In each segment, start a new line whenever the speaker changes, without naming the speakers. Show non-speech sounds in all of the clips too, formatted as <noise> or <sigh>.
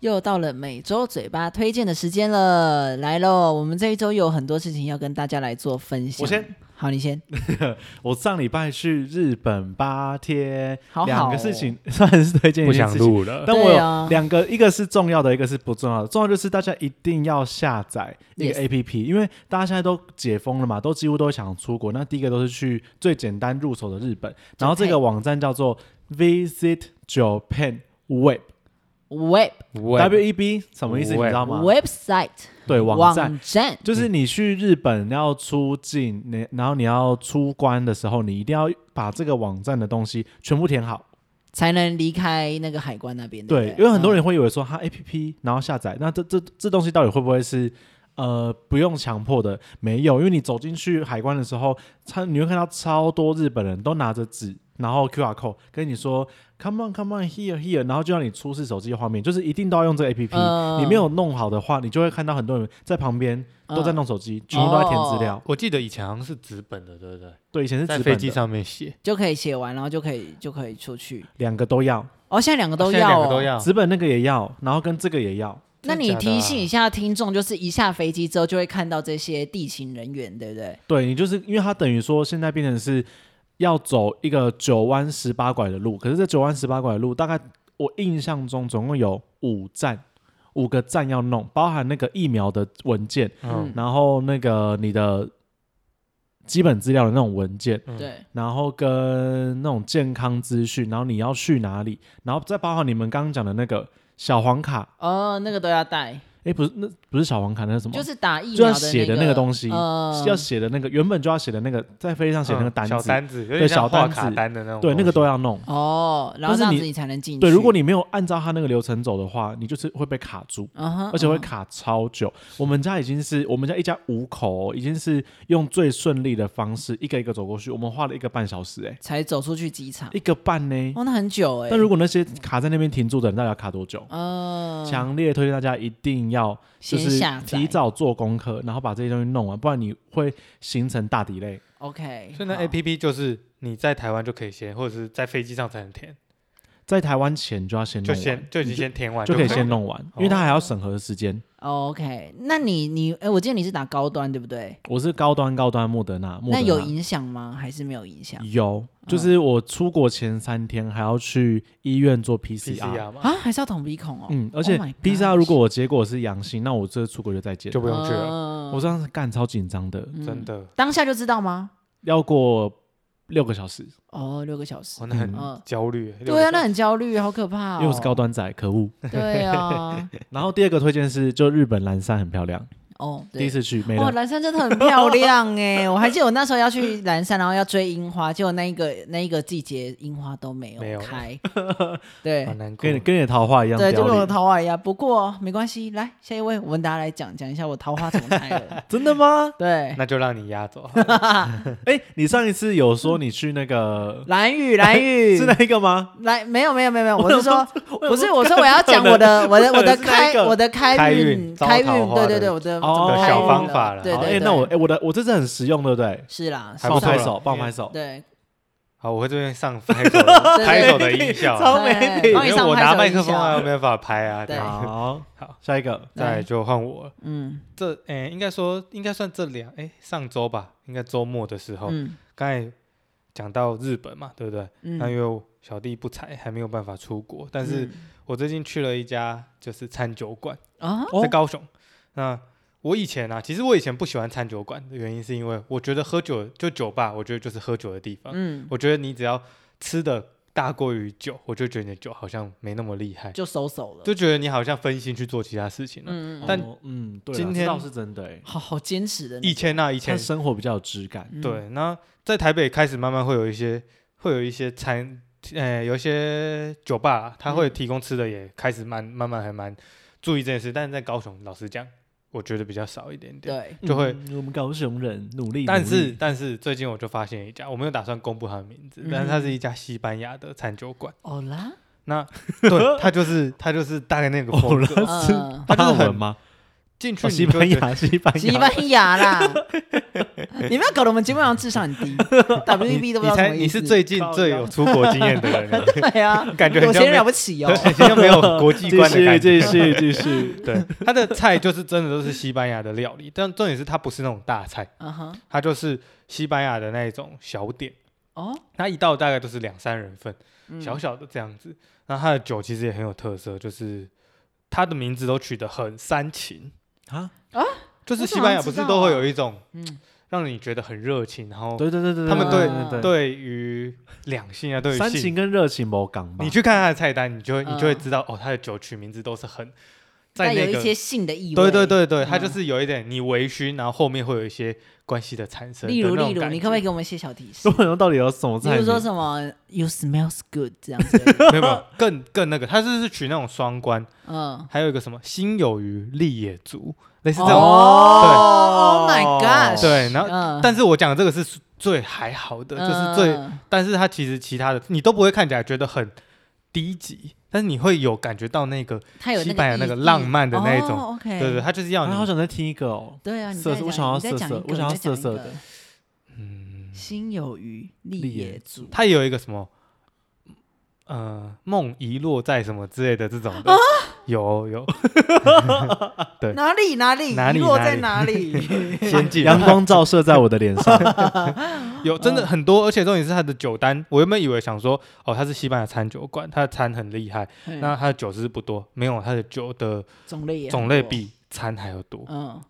又到了每周嘴巴推荐的时间了，来喽！我们这一周有很多事情要跟大家来做分享。
我先，
好，你先。
我上礼拜去日本八天，
好好哦
两个事情 <laughs> 算是推荐一
不
件
想
事情，
录了。
但我
对啊
有两个，一个是重要的，一个是不重要的。重要就是大家一定要下载一个
Yes
APP，、因为大家现在都解封了嘛，都几乎都想出国。那第一个都是去最简单入手的日本，然后这
Japan
个网站叫做 Visit Japan Web。
Web
我
W E B 什么意思？你
Web
知道吗？
website
对，网
网
站
站
就是你去日本要出境，你然后你要出关的时候，你一定要把这个网站的东西全部填好。
才能离开那个海关那边。
对
不，
因为很多人会以为说它 A P P 然后下载，那这这这东西到底会不会是呃不用强迫的？没有，因为你走进去海关的时候，超你会看到超多日本人都拿着纸，然后 Q R code 跟你说 Come on, Come on, here, here，然后就让你出示手机画面，就是一定都要用这个 A P P、
嗯
你没有弄好的话，你就会看到很多人在旁边
嗯
都在弄手机，全部都在填资料。
我记得以前好像是纸本的，对不对？
对，以前是
在
纸
飞
本
机
的，
上面写，
就可以写完，然后就可以就可以出去。
两个都要，
哦，现在两个都
现在
要、
两
哦，
个都。要。
纸本那个也要，然后跟这个也要。
那
真的
你
假的
提
啊
醒一下听众，就是一下飞机之后就会看到这些地勤人员，对不对？
对你就是因为它等于说现在变成是要走一个九弯十八拐的路，可是这九弯十八拐的路，大概我印象中总共有五站，五个站要弄，包含那个疫苗的文件，
嗯
嗯，
然后那个你的基本资料的那种文件，
嗯
对，
然后跟那种健康资讯，然后你要去哪里，然后再包含你们刚刚讲的那个小黄卡，
哦，那个都要带，
诶，不是那不是小黄卡，那是什么？
就是打疫
嗯就
苗
要
的
写的那个东西
呃，
要写的那个原本就要写的那个，在飞机上写的那个单
嗯
子，
小单子，有
对
点
小
像画
单
卡
子
单的那种东
对，
西。
那个都要弄。
哦，然后
但是
这样
你
子你才能进去。
对，如果你没有按照他那个流程走的话，你就是会被卡住，
嗯哼，
而且会
嗯哼
卡超久。我们家已经是我们家一家五口、哦，已经是用最顺利的方式一个一个走过去，我们花了一个半小时、欸，哎，
才走出去机场，
一个半呢。
哦，那很久哎。
那如果那些卡在那边停住的人，到底要卡多久？
呃，
嗯
强烈推荐大家一定要就
先
是
下载
提早做功课，然后把这些东西弄完，不然你会形成大底类。
OK，
所以那
好
A P P 就是你在台湾就可以先，或者是在飞机上才能填，
在台湾前就要先弄
就
完，
先就已经先填完
嗯就可以
了哦
先。弄完，因为它还要审核的时间。
哦 OK，那你你哎，我记得你是打高端对不对？
我是高端高端莫啊嗯德纳，莫德
那
纳
有影响吗？还是没有影响嗯
有，就是我出国前三天还要去医院做
P C
PCR，
R 嘛，
啊？还是要捅鼻孔哦？
嗯，而且
Oh my gosh
PCR 如果我结果是阳性，那我这次出国就再见
就。不用去了，
呃
我这样干超紧张的，
嗯
真的。
当下就知道吗？
要过六个小时，
哦，六个小时
我，那很
嗯
焦虑。
对啊，那很焦虑，好可怕、哦。
因为我是高，端仔，可恶。
对
<laughs>
啊，
然后第二个推荐是，就日本蓝山很漂亮，
哦，对
第一次去没
哇，
了。
蓝山真的很漂亮哎、我还记得我那时候要去蓝山，然后要追樱花，结果那一个那一个季节樱花都没
没
有
有
开，对
好难过
跟你。跟你的桃花一样
对，就
凋
跟我的
零，
桃花一样。不过没关系，来下一位，我们大家来讲讲一下我桃花怎么开
<laughs>
的。
真的吗？
对，
那就让你压
<laughs>
走，
哎，你上一次有说你去那个
蓝雨，蓝雨
<laughs> 是，那一个吗？
来没有没有没有没有，我是说
有
不是，我说我要讲我的我的我
不可能
的
是那
开
一个
我的开
开
运
运招
开运
桃，花
对
的
对对，我的
哦
怎么开
小
运
方
法啦
对
好
对
哎，
对，
那我哎、我的我这次很实用，对不对？
是啦，
还
是
帮我
不
啦
错
拍
了
手，帮我拍手。
对，
好，我会这边上拍手的拍手的音效，啊
超没
对
礼
因
貌
帮你
为
上
我
拍
拿
手
麦
一
克风
下
啊，没办法拍啊。
对
对，
好，
好，
下一个
再来就换我了。
嗯
这诶、应该说应该算这两诶、上周吧，应该周末的时候，
嗯
刚、才讲到日本嘛，对不对？那
嗯，
因为我小弟不才，还没有办法出国，但是我最近去了一家就是餐酒馆，
啊
哦
在高雄。那我以前啊，其实我以前不喜欢餐酒馆的原因，是因为我觉得喝酒就酒吧，我觉得就是喝酒的地方。
嗯，
我觉得你只要吃的大过于酒，我就觉得你的酒好像没那么厉害，
就收手了，
就觉得你好像分心去做其他事情了。
嗯嗯嗯，
但
哦嗯，对啦，
今
这
天
倒是真的欸，
好好坚持的那
以前啊，以前
他生活比较有质感。
嗯，
对，那在台北开始慢慢会有一些，会有一些餐，呃，有一些酒吧啊，它会
嗯
提供吃的，也开始慢慢慢还蛮注意这件事。但是在高雄，老实讲，我觉得比较少一点点。
对，
就会
嗯我们高雄人努力，
但
努
是
<laughs> 力
但是最近我就发现一家，我没有打算公布它的名字，但是它是
嗯
一家西班牙的餐酒
<laughs>
馆。
哦啦，
那对，它就是它就是大概那个风格，
哦是
嗯
法
他就是
文
很
吗？
进去
哦
你
西
就
班
觉得
牙，西班牙，
西班牙
<laughs>
啊啦！你们要搞得我们节目上智商很低，WB 都不
你
知道什
才
么
你
意思。
是最近最有出国经验的人，
对啊，
<laughs> 感觉很
有
像
钱人
没
了
有，
不起哦。
很像没有国际
继
观的
续
感
继
觉。 <laughs>
续
<laughs>
继续，
对，他的菜就是真的都是西班牙的料理，但重点是它不是那种大菜，
嗯哼，
它就是西班牙的那一种小点，
哦，
它一道大概都是两三人份，
嗯
小小的这样子。然后它的酒其实也很有特色，就是它的名字都取得很煽情，
啊，
就是
我怎
西
么
班牙不
知
是
道
都会
啊
有一种
嗯
让你觉得很热情，然后
对对对对，
他们
对
对
对于两性啊，对于
煽
性
情跟热情某港吧， <laughs>
你去看他的菜单，你就会你就会
嗯
知道、哦，他的酒曲名字都是很在
带
那
有
个
一些性的意味。
对对，对对，他就
嗯
是有一点你微醺，然后后面会有一些关系的产生的
例
那
如
种
例
感觉。
如，你可不可以给我们一些小提
<laughs>
示
中？文到底有什么
比
菜
如
名？
说什么 “You smells good” 这样
<laughs>
子，
没有没有更更那个？他是是取那种双关，
嗯，
还有一个什么心有余力也足，类似这种。
哦，Oh my 嗯 god！
对，然后、
后
但是我讲的这个是最还好
嗯
的，就是最，但是它其实其他的你都不会看起来觉得很低级，但是你会有感觉到那个
他有
西
那
班牙那
个意
个
义
浪漫的那一种
哦，OK，
对对，他就是要
啊，好
你
想再听一个
<laughs>
哦，
对啊，你
色
再
色我
讲
想要
你再
色
讲
色
一
我
个
想要
你再讲
色
一
色
个
的
嗯，
心有余力
力也
也足，
他也有一个什么，呃，梦遗落在什么之类的这种
啊
的，有有对
哪里哪里
哪里
遗落在
哪
哪里？
先进
阳光照射在我的脸
<laughs>
上，
有真的
嗯
很多，而且重点是他的酒单，我原本以为想说，哦，他是西班牙餐酒馆，他的餐很厉害， <laughs> 那
那
他的酒是不多，没有他的酒的
种嗯类也很
种类
多
比餐还要多。
嗯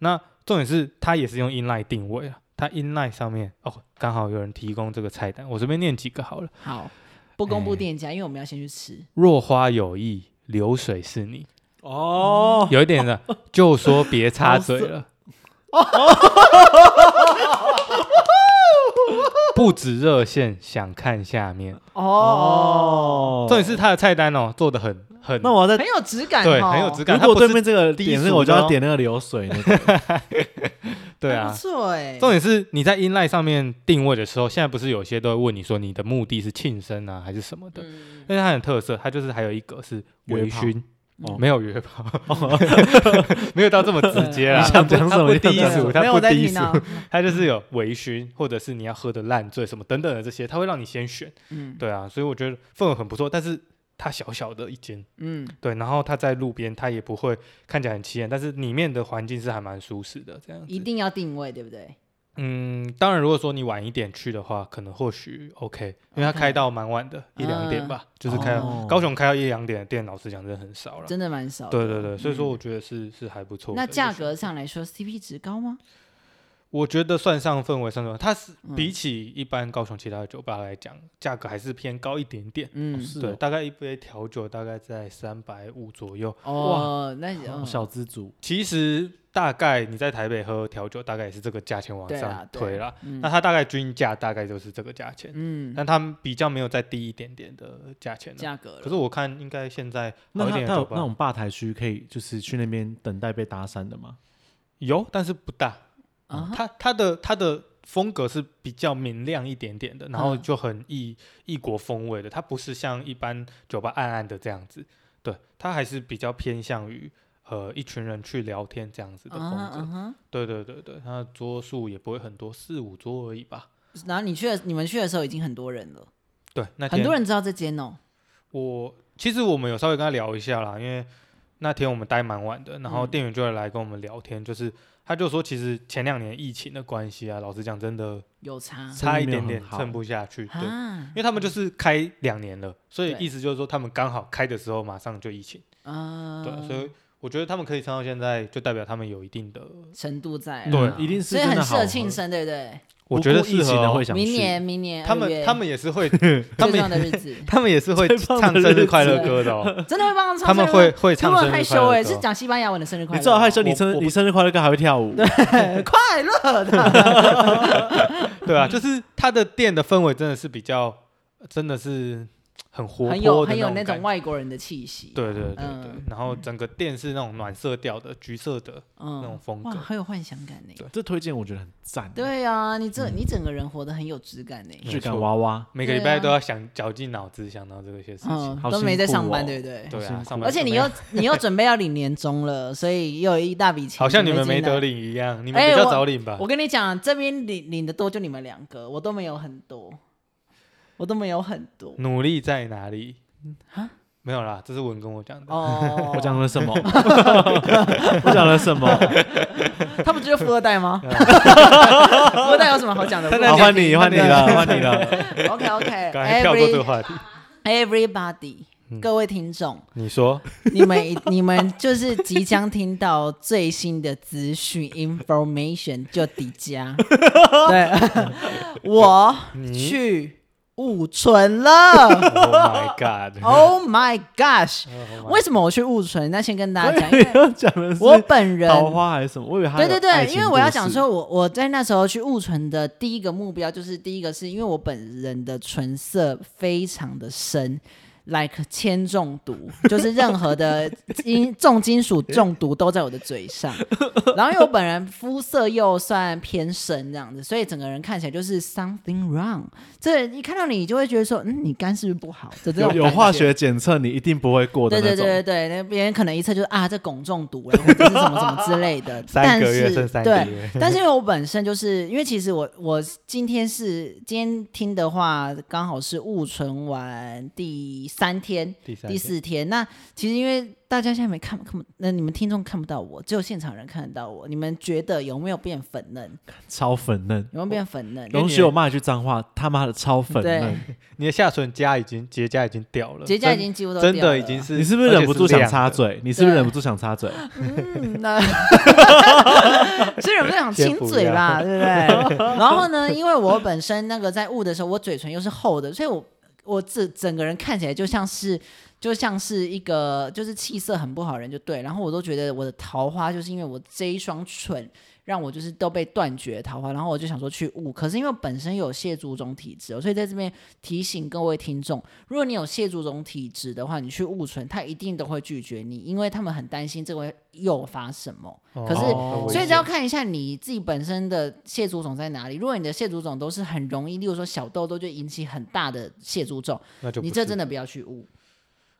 那重点是他也是用 inline 定位啊，他 inline 上面哦，刚好有人提供这个菜单，我随便念几个好了。
好，不公布
哎
店家，因为我们要先去吃。
若花有意，流水是你。
哦，
有一点 <laughs> 的，就说别插嘴 <laughs> 了。不止热线，想看下面。
哦，
哦，
重点是它的菜单哦，做的很很
那我哦要再
很有质感，哦
对，很有质。感。
如
它
果我
不
对
是
面这个
低
点那
俗
个，我就
的
要
哦
点那个流水那个。
对
不
啊，
错哎。
重点是你在 inline 上面定位的时候，现在不是有些都会问你说你的目的是庆生啊还是什么的？
嗯
因为它很特色，它就是还有一个是微
约炮
醺
哦，
<laughs> 没有约炮，没有到这么直接啦
<laughs> 你。想讲什
它
么？
不
你想
低
讲什
俗，
么
它
没有
不
在
低
听
俗
啊，
它就是有微醺，或者是你要喝的烂醉什么等等的这些，它会让你先选。
嗯
对啊，所以我觉得氛围很不错，但是它小小的一间，
嗯，
对，然后它在路边，它也不会看起来很起眼，但是里面的环境是还蛮舒适的这样
一
子。
定要定位，对不对？
嗯，当然如果说你晚一点去的话，可能或许 OK，因为它
OK
开到蛮晚的，一两点
嗯
吧，就是开到、
哦
高雄开到一两点的店，老实讲真的很少了。
真的蛮少的。
对对对，所以说
嗯
我觉得是、是还不错的
那
一个选择。
价格上来说，CP 值高吗？
我觉得算上氛围算上，它是
嗯
比起一般高雄其他的酒吧来讲，价格还是偏高一点点。
嗯，
<laughs> 是哦
对，
的，
大概一杯调酒大概在三百五左右。
哦，那
哦
嗯
小资族
其实大概你在台北喝调酒，大概也是这个价钱往
对
上
啦
推
对
啦。
嗯
那它大概均价大概就是这个价钱，
嗯，
但他们比较没有再低一点点的价钱了。
价格了。
可是我看应该现在好
那
一
他
点
他
的酒
有
吧
那种吧台区可以就是去那边等待被搭讪的吗？
有，但是不大。
啊哈
它它的它的风格是比较明亮一点点的，然后
嗯
就很异异国风味的，它不是像一般酒吧暗暗的这样子，对，它还是比较偏向于呃一群人去聊天这样子的
啊
风
哈
格，
啊哈
对对对对，它的桌数也不会很多，四五桌而已吧，
然后你去的，你们去的时候已经很多人了，
对，那天
很多人知道这间哦。
我其实我们有稍微跟他聊一下啦，因为那天我们待蛮晚的，然后
嗯
店员就会来跟我们聊天，就是他就说其实前两年疫情的关系啊，老实讲真的
啊有差
差一
真的没
点
有
点
很好
撑不下去，对。
啊
因为他们就是开两年了，所以
对
意思就是说他们刚好开的时候马上就疫情，
啊，
对，所以我觉得他们可以撑到现在，就代表他们有一定的，
程度在啦，啊
对一定是
所以
真的
很适合
好
庆生，对不对？
我觉得
不顾疫
适合
情的
哦、
会想去
明年明年
他
二
们
月
他们也是
<laughs>
会，他
最
们
重要
也
的日
<laughs>，
子
他们也是会
最棒的
唱生
日
日快乐
子
歌的哦，
真的会帮他
他
们
们
唱生
会
日
会
快乐，
唱
我
生
很害
日快
羞
乐
哎，
歌
是
哦。
讲西班牙文的生日快乐，
你知
<laughs>
道害羞，
我
你
我
生你生日快乐歌还会跳舞，
快乐的，
对啊，就是它的店的氛围真的是比较，真的是很活泼的
很有很有
那
那
感觉
种外国人的气息。，
对对对对，
嗯
然后整个店是那种暖色调的、橘色的那种
嗯，
风格
哇，，很有幻想感呢。
对嗯
这推荐我觉得很赞，，
对啊，你这你整个人活得很有质感欸呢。
质感
没错
娃娃，
每个礼
对
拜
啊
都要想绞尽脑汁想到这个些事情。
嗯，
好
都没在
辛苦
上班，
哦
对不对？
对
好辛
啊，
苦
<laughs> 上班
欸而且
怎
你
么
又
样
你又准备要领年终了，所以又有一大笔钱。
好像你们
没
没
进来
得。领一样，你们
哎
比较
我
早领吧
我？跟你讲，啊这边领领的多就你们两个，我都没有很多，我都没有很多。
努力在哪里
啊？
没有啦，这是文跟我讲的。
哦
<laughs> ，我讲
<laughs>
了什么？我讲了什么？
他们就是富二代吗？富二代有什么好讲的
他在
好，哦换你，换你了，换你了。
？OK
<laughs> <laughs>
OK
刚才跳过这个
Every
话题，
Everybody，
嗯
各位听众，
<laughs> 你
<laughs>
说
你们你们就是即将听到最新的资讯 information 就迪迦，对， <laughs> 我
你
去雾存了
，Oh my God！
，Oh my
<laughs>
gosh！
Oh my-。
为什么我去雾存？那先跟大家讲，因为
要讲的是
我本人
桃花还是什么？我以为他
对
有
对
爱
对，
情
因为我要讲
故事
说我，我在那时候去物存的第一个目标就是第一个是因为我本人的唇色非常的深。like 铅中毒，就是任何的金重金属中毒都在我的嘴
<laughs>
上。然后因为我本人肤色又算偏深这样子，所以整个人看起来就是 something wrong。这一看到你就会觉得说，嗯，你肝是不是不好？的这种
有有
感觉
化学检测，你一定不会过的
对
那
对
种。
对对对，那别人可能一测就是啊，这汞中毒了，或者是什么什么之类的
<laughs> 三个
但
月
是
剩三个
对，
月，
但是因为我本身就是因为其实我我今天是今天听的话，刚好是误存完第三天、
<laughs> 第三天
第四天。那其实因为大家现在没看看不，那你们听众看不到我，只有现场人看得到我。你们觉得有没有变粉嫩？
超粉嫩。
有没有变粉嫩？
容许我骂一句脏话，他妈的超粉嫩
对！
你的下唇痂已经结痂已经掉了，
结痂已
真
经几乎都
真
掉
的
了
已经是，
你是不是忍不住想插
插？
嘴？你是不是
对
忍不住想
<laughs>
插嘴？
嗯，那是忍不住想亲嘴吧，对不对？然后呢，因为我本身那个在雾的时候，我嘴唇又是厚的，所以我我整整个人看起来就像是就像是一个就是气色很不好的人就对。然后我都觉得我的桃花就是因为我这一双唇。让我就是都被断绝桃花，然后我就想说去雾，可是因为本身有蟹足肿体质、哦，所以在这边提醒各位听众，如果你有蟹足肿体质的话，你去误存，他一定都会拒绝你，因为他们很担心这个会诱发什么。
哦
可是
哦
所以只要看一下你自己本身的蟹足肿在哪里。如果你的蟹足肿都是很容易，例如说小痘痘就引起很大的蟹足肿，
那就
你
不
这
是
真的不要去误。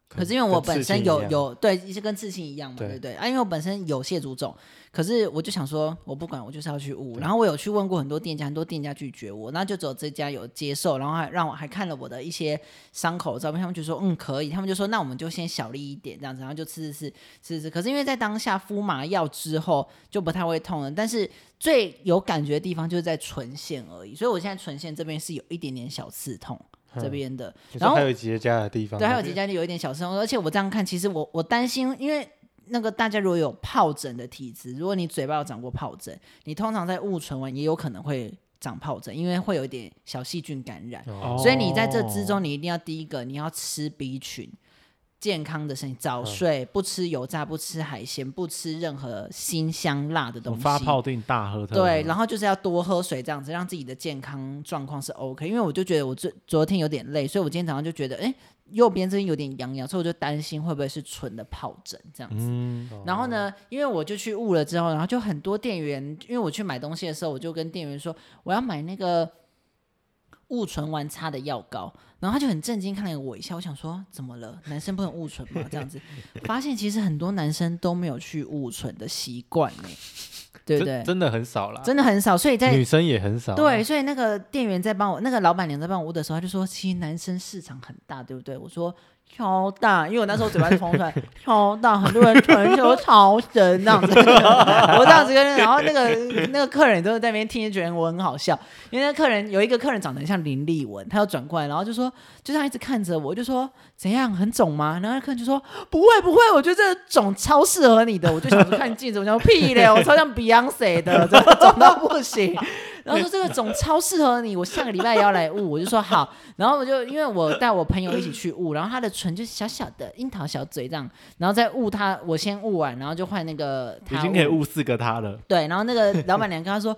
跟
可是因为我本身
跟
有
刺青一样
有对，是跟刺青一样嘛，
对
对不对？啊，因为我本身有蟹足肿，可是我就想说，我不管，我就是要去捂。然后我有去问过很多店家，很多店家拒绝我，那就只有这家有接受，然后还让我还看了我的一些伤口的照片，他们就说嗯可以，他们就说那我们就先小力一点这样子，然后就吃吃吃吃吃。可是因为在当下敷麻药之后就不太会痛了，但是最有感觉的地方就是在唇线而已，所以我现在唇线这边是有一点点小刺痛。这
嗯
边的，
你说
然后
还有结痂的地方，
对，还有结痂就有一点小生，而且我这样看，其实我我担心，因为那个大家如果有疱疹的体质，如果你嘴巴有长过疱疹，你通常在误唇完也有可能会长疱疹，因为会有一点小细菌感染。
哦
所以你在这之中，你一定要第一个，你要吃 B 群，健康的身体，
嗯
早睡，不吃油炸，不吃海鲜，不吃任何辛香辣的
我
东西。
发泡定大喝特喝
对，然后就是要多喝水，这样子让自己的健康状况是 OK。因为我就觉得我昨昨天有点累，所以我今天早上就觉得，哎，右边这边有点痒痒，所以我就担心会不会是纯的疱疹这样子。
嗯，
然后呢，因为我就去误了之后，然后就很多店员，因为我去买东西的时候，我就跟店员说我要买那个雾唇丸擦的药膏，然后他就很震惊看了我一下，我想说怎么了？男生不能雾唇吗？这样子，发现其实很多男生都没有去雾唇的习惯呢、对不
真
对？
真的很少啦，
真的很少，所以在
啊女生也很少，啊
对，，所以那个店员在帮我，那个老板娘在帮我捂的时候，她就说：“其实男生市场很大，对不对？”我说：“超大，因为我那时候嘴巴是封出来，
<laughs>
超大，很多人全球超神那样子。”我这样子跟，然后那个那个客人都在那边听，觉得我很好笑，因为那客人有一个客人长得很像林立文，他又转过来，然后就说就这样一直看着我，我就说怎样很肿吗？然后那客人就说不会不会，我觉得这个肿超适合你的。我就想说看镜子，我想说屁嘞，我超像 Beyonce 的，真的肿到不行。然后说这个种超适合你，我下个礼拜也要来雾，我就说好。然后我就因为我带我朋友一起去雾，然后他的唇就是小小的樱桃小嘴这样，然后再雾他，我先雾完，然后就换那个他
已经可以误四个他了。
对，然后那个
<laughs>
老板娘跟他说：“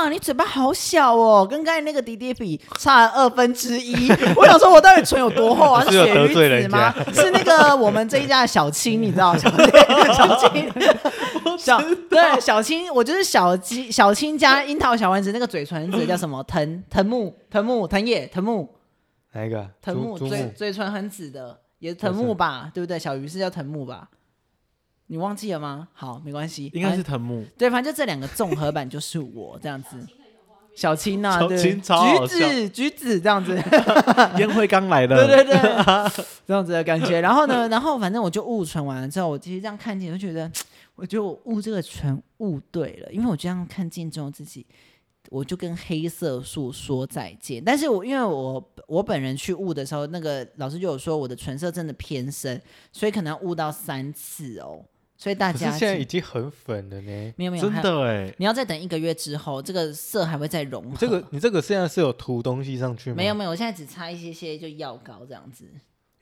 哇，你嘴巴好小哦，跟刚才那个弟弟比差了二分
<laughs>
之一。”我想说，我到底唇有多厚啊？是
是有得
鳕
罪
鱼子
人
吗
家？
是那个我们这一家的小青，你知道小青
<laughs>
小青小对小青，我就是小鸡小青加樱桃小丸子那个嘴唇子叫什么？藤藤木藤木藤野藤木
哪一个啊？
藤木
竹竹
嘴
木
嘴唇很紫的，也是藤木吧？对不对？小鱼是叫藤木吧？你忘记了吗？好，没关系，
应该
反
是
<laughs>
藤木，
对，反正就这两个综合版就是我这样子。小青呐、
小
对，
青超好
橘子，橘子这
<laughs>
样子，
烟灰刚来的，
<laughs> 对对
<laughs>
对，这样子的感觉。然后呢，然后反正我就误唇完了之后，我其实这样看镜，我就觉得，我觉得我误这个唇误对了，因为我这样看镜中自己，我就跟黑色素说再见。但是我因为我我本人去误的时候，那个老师就有说我的唇色真的偏深，所以可能误到三次哦。所以大
可是
家
现在
请
已经很粉了呢。
没有没有
真
还有
的哎，
你要再等一个月之后，这个色还会再融合。
这
<laughs>
个你这个现在是有涂东西上去吗？
没有，没有，我现在只擦一些些就药膏这样子。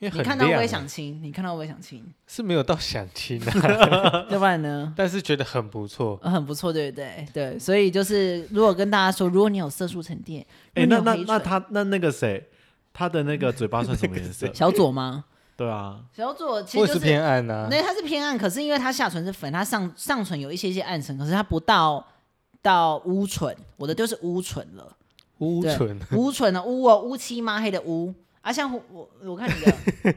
因为很
你看到我
亮
也
欸
想亲，你看到我也想亲，
是没有到想亲
<laughs>
啊，
要不然呢？
但是觉得很不错。
呃很不错，对不对？对，所以就是如果跟大家说，如果你有色素沉淀，
哎，
如
那
果
那
你有黑
那
唇？
他那那个谁，他的那个嘴巴算什么颜
<laughs>
色
小左吗？
对啊，
小左其
我也
实就是
偏啊暗呐、
那它是偏暗，可是因为它下唇是粉，它上上唇有一些些暗沉，可是它不到到乌唇，我的就是乌唇了。
乌
对
唇，
乌唇的乌哦，乌漆嘛黑的乌啊，像我我我看你的，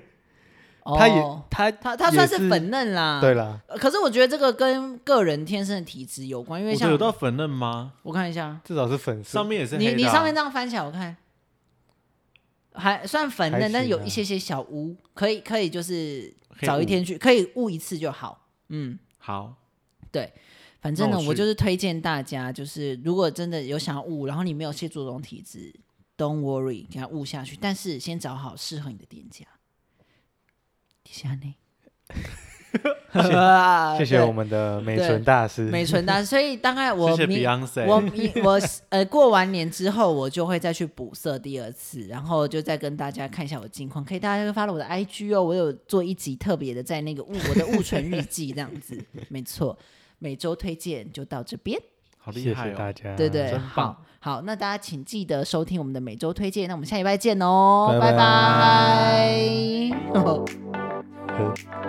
哦
它也它
它它
也
算
是
是粉嫩啦，
对啦，
呃。可是我觉得这个跟个人天生的体质有关，因为
我
像
的有到粉嫩吗？
我看一下，
至少是粉色
上。面也是黑
你
的啊，
你上面这样翻起来，我看还算粉
还
嫩，但是有
行啊
一些些小污，可以可以就是
黑
早一
雾
天去，可以捂一次就好，嗯。
好，
反正
那
呢，
我
我
去
就是推荐大家，就是如果真的有想要悟，然后你没有蟹足种体质，Don't worry，给它悟下去。但是先找好适合你的店家。谢谢你， <laughs>
谢谢
对
我们的美
对
唇大师，
美唇的，所以大概我
谢谢
明
Beyonce，
我明我呃过完年之后，我就会再去补色第二次，然后就再跟大家看一下我近况。可以大家就发了我的 IG 哦，我有做一集特别的，在那个雾我的雾唇日记这样子，没错。每周推荐就到这边。
好
谢
厉
谢
害
大
哦！
家，
对对，
真
好
棒
好，那大家请记得收听我们的每周推荐，那我们下礼拜见哦， <laughs>
拜
拜
拜
拜
呵